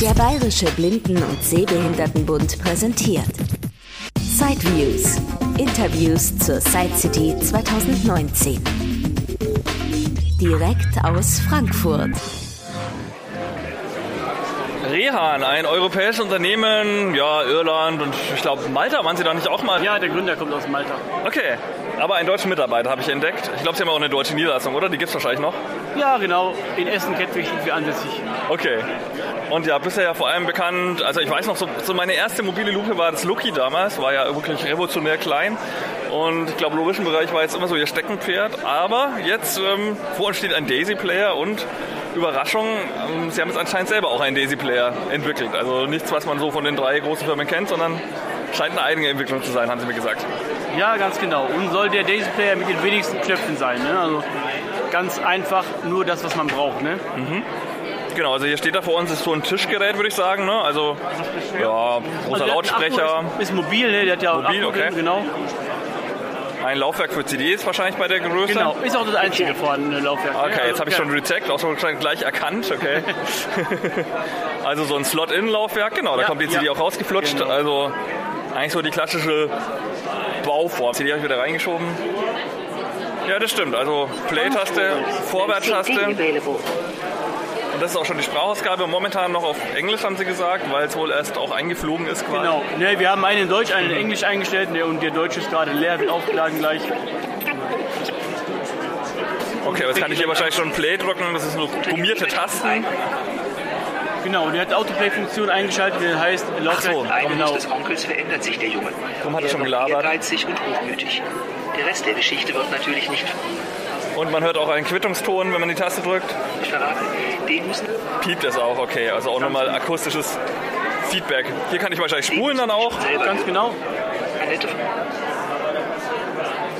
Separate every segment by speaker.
Speaker 1: Der Bayerische Blinden- und Sehbehindertenbund präsentiert Sideviews. Interviews zur Side City 2019. Direkt aus Frankfurt.
Speaker 2: Rehan, ein europäisches Unternehmen, ja, Irland und ich glaube Malta waren Sie doch nicht auch mal.
Speaker 3: Ja, der Gründer kommt aus Malta.
Speaker 2: Okay, aber einen deutschen Mitarbeiter habe ich entdeckt. Ich glaube, Sie haben auch eine deutsche Niederlassung, oder? Die gibt es wahrscheinlich noch.
Speaker 3: Ja, genau. In Essen-Kettwig sind wir ansässig.
Speaker 2: Okay. Und ja, bisher ja vor allem bekannt, also ich weiß noch, so, so meine erste mobile Lupe war das Lucky damals, war ja wirklich revolutionär klein. Und ich glaube, im logischen Bereich war jetzt immer so ihr Steckenpferd. Aber jetzt ähm, vor uns steht ein Daisy-Player und Überraschung, ähm, sie haben jetzt anscheinend selber auch einen Daisy-Player entwickelt. Also nichts, was man so von den drei großen Firmen kennt, sondern scheint eine eigene Entwicklung zu sein, haben sie mir gesagt.
Speaker 3: Ja, ganz genau. Und soll der Daisy Player mit den wenigsten Knöpfen sein. Ne? Also ganz einfach nur das, was man braucht. Ne?
Speaker 2: Genau, also hier steht da vor uns ist so ein Tischgerät, würde ich sagen. Ne? Also ja, großer
Speaker 3: Also, der hat einen
Speaker 2: Lautsprecher,
Speaker 3: Akku, ist, ist mobil, ne? der hat ja auch
Speaker 2: Mobil,
Speaker 3: einen Akku
Speaker 2: okay.
Speaker 3: drin, genau.
Speaker 2: ein Laufwerk für CDs wahrscheinlich bei der Größe.
Speaker 3: Genau, ist auch das einzige vorhandene Laufwerk. ne?
Speaker 2: Okay, jetzt
Speaker 3: Also,
Speaker 2: habe ich
Speaker 3: ja.
Speaker 2: schon Reject, auch schon gleich erkannt, okay. also so ein Slot-In-Laufwerk, genau, da
Speaker 3: Ja,
Speaker 2: kommt die
Speaker 3: ja.
Speaker 2: CD auch rausgeflutscht.
Speaker 3: Genau.
Speaker 2: Also eigentlich so die klassische Bauform. CD habe ich wieder reingeschoben. Ja, das stimmt. Also Play-Taste, Vorwärtstaste. Und das ist auch schon die Sprachausgabe. Momentan noch auf Englisch, haben sie gesagt, weil es wohl erst auch eingeflogen ist quasi.
Speaker 3: Genau, ne, wir haben einen in Deutsch, einen in Englisch eingestellt ne, und der Deutsche ist gerade leer, wird aufgeladen gleich. Genau.
Speaker 2: Okay, aber jetzt kann ich hier wahrscheinlich schon Play drücken. Das ist nur gummierte Tasten.
Speaker 3: Genau, der hat Autoplay-Funktion eingeschaltet, der heißt Laufwerk.
Speaker 2: so,
Speaker 4: Einwillig
Speaker 3: genau.
Speaker 4: des Onkels verändert sich der Junge.
Speaker 2: Drum hat er
Speaker 4: Er
Speaker 2: schon
Speaker 4: wird
Speaker 2: gelabert.
Speaker 4: Ehrgeizig und hochmütig. Der Rest der Geschichte wird natürlich nicht
Speaker 2: Und man hört auch einen Quittungston, wenn man die Taste drückt.
Speaker 4: verraten. Den müssen
Speaker 2: Piept es auch, okay. Also auch nochmal akustisches Feedback. Hier kann ich wahrscheinlich spulen dann auch.
Speaker 4: selber
Speaker 3: Ganz genau.
Speaker 4: Annette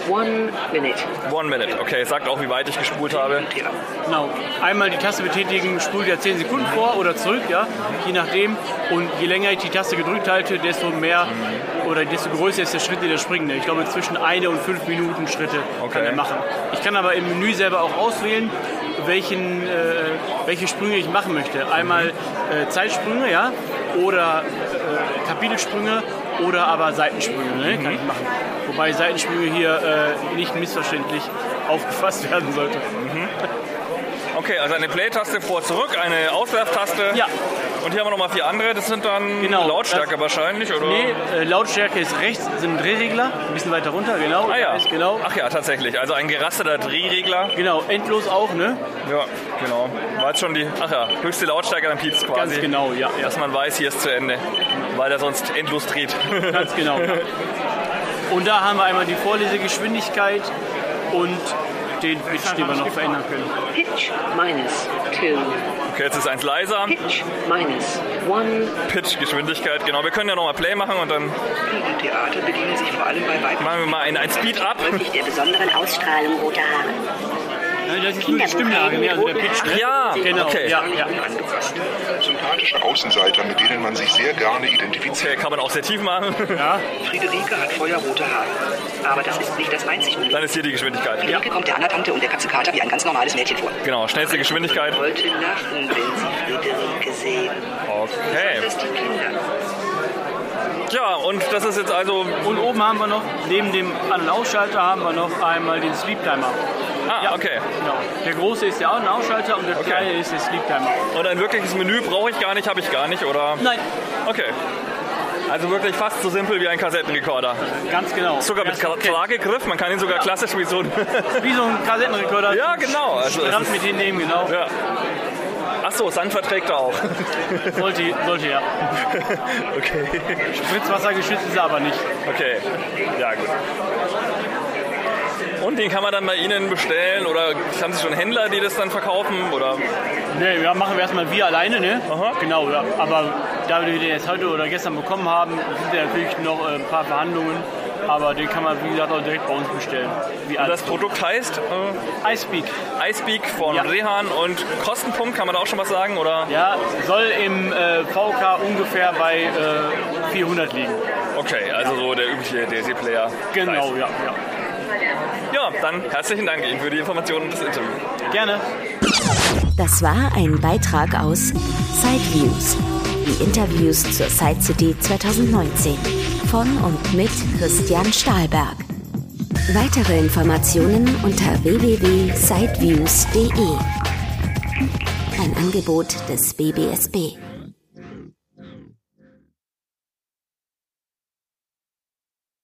Speaker 5: One minute.
Speaker 2: One minute, okay. Sagt auch, wie weit ich gespult habe.
Speaker 4: Thea.
Speaker 3: Genau. Einmal die Taste betätigen, spult ja 10 Sekunden vor oder zurück, ja, je nachdem. Und je länger ich die Taste gedrückt halte, desto mehr oder desto größer ist der Schritt, den er springt. ne? Ich glaube, zwischen eine und fünf Minuten Schritte
Speaker 2: Okay.
Speaker 3: kann er machen. Ich kann aber im Menü selber auch auswählen, welchen, äh, welche Sprünge ich machen möchte. Einmal äh, Zeitsprünge, ja, oder äh, Kapitelsprünge oder aber Seitensprünge ne, kann ich machen. Wobei Seitensprünge hier äh, nicht missverständlich aufgefasst werden sollte.
Speaker 2: Okay, also eine Play-Taste vor zurück, eine Auswerftaste.
Speaker 3: Ja.
Speaker 2: Und hier haben wir nochmal vier andere. Das sind dann
Speaker 3: Genau,
Speaker 2: Lautstärke
Speaker 3: das-
Speaker 2: wahrscheinlich, oder?
Speaker 3: Nee, äh, Lautstärke ist rechts, ist ein Drehregler, ein bisschen weiter runter, genau.
Speaker 2: Ah ja.
Speaker 3: Ist genau.
Speaker 2: Ach ja, tatsächlich. Also ein gerasteter Drehregler.
Speaker 3: Genau, endlos auch, ne?
Speaker 2: Ja, genau. War jetzt schon die, ach ja, höchste Lautstärke, dann piepst quasi.
Speaker 3: Ganz genau, ja. ja.
Speaker 2: Dass man weiß, hier ist zu Ende. Weil er sonst endlos dreht.
Speaker 3: Ganz genau. Ja. Und da haben wir einmal die Vorlesegeschwindigkeit und den Pitch, den wir noch verändern können.
Speaker 5: Pitch minus two.
Speaker 2: Okay, jetzt ist eins leiser.
Speaker 5: Pitch minus one.
Speaker 2: Pitch-Geschwindigkeit, genau. Wir können ja nochmal Play machen und dann
Speaker 4: Viele Theater bedienen sich vor allem bei weiblichen
Speaker 2: machen wir mal ein, ein Speed-Up.
Speaker 6: Wirklich der besonderen Ausstrahlung roter Haare.
Speaker 3: Ne, Das ist nur die Stimmlage, ne? Also der Pitch, ne?
Speaker 2: Ja,
Speaker 3: genau.
Speaker 2: okay.
Speaker 3: Ja, ja.
Speaker 4: angepasst.
Speaker 7: Sympathische Außenseiter, mit denen man sich sehr gerne identifiziert.
Speaker 2: Okay, kann man auch sehr tief machen.
Speaker 4: Friederike hat feuerrote Haare. Aber das ist nicht das einzig Unglück.
Speaker 2: Dann ist hier die Geschwindigkeit.
Speaker 4: Friederike kommt der Anerkannte und der Katzenkater wie ein ganz normales Mädchen vor.
Speaker 2: Genau, schnellste Geschwindigkeit.
Speaker 4: Heute lachen, wenn sie Friederike sehen.
Speaker 2: Okay.
Speaker 4: Das die Kinder.
Speaker 2: Ja, und das ist jetzt also.
Speaker 3: Und oben haben wir noch, neben dem An- und Ausschalter haben wir noch einmal den Sleep Timer.
Speaker 2: Ah, okay.
Speaker 3: Genau. Der große ist der An- und Ausschalter und der
Speaker 2: Okay.
Speaker 3: kleine ist der Sleep Timer.
Speaker 2: Und ein wirkliches Menü brauche ich gar nicht, habe ich gar nicht, oder?
Speaker 3: Nein,
Speaker 2: Okay. Also wirklich fast so simpel wie ein Kassettenrekorder.
Speaker 3: ganz genau.
Speaker 2: Sogar mit
Speaker 3: Ja, okay.
Speaker 2: Tragegriff, man kann ihn sogar klassisch wie so ein.
Speaker 3: Wie so ein Kassettenrekorder.
Speaker 2: Ja, genau. Also,
Speaker 3: Also
Speaker 2: es
Speaker 3: mit hinnehmen, genau.
Speaker 2: Ja. Achso, Sand verträgt er auch.
Speaker 3: Sollte, sollte ja.
Speaker 2: Okay.
Speaker 3: Spritzwasser geschützt ist er aber nicht.
Speaker 2: Okay. Ja, gut. Und den kann man dann bei Ihnen bestellen oder haben Sie schon Händler, die das dann verkaufen? Oder?
Speaker 3: Ne, ja, machen wir erstmal wir alleine, ne?
Speaker 2: Aha.
Speaker 3: Genau, ja. Aber da wir den jetzt heute oder gestern bekommen haben, sind ja natürlich noch äh, ein paar Verhandlungen. Aber den kann man, wie gesagt, auch direkt bei uns bestellen. Wie
Speaker 2: Also Das
Speaker 3: alles.
Speaker 2: Produkt heißt
Speaker 3: Icepeak.
Speaker 2: äh, Icepeak von
Speaker 3: Ja.
Speaker 2: Rehan und Kostenpunkt, kann man da auch schon was sagen? Oder?
Speaker 3: Ja, soll im äh, VK ungefähr bei äh, 400 liegen.
Speaker 2: Okay, also so der übliche Daisy-Player.
Speaker 3: Genau, ja,
Speaker 2: Ja, dann herzlichen Dank Ihnen für die Informationen und das Interview.
Speaker 3: ja. Gerne.
Speaker 1: Das war ein Beitrag aus Sideviews. die Interviews zur Side City 2019 von und mit Christian Stahlberg. Weitere Informationen unter www.sideviews.de. Ein Angebot des BBSB.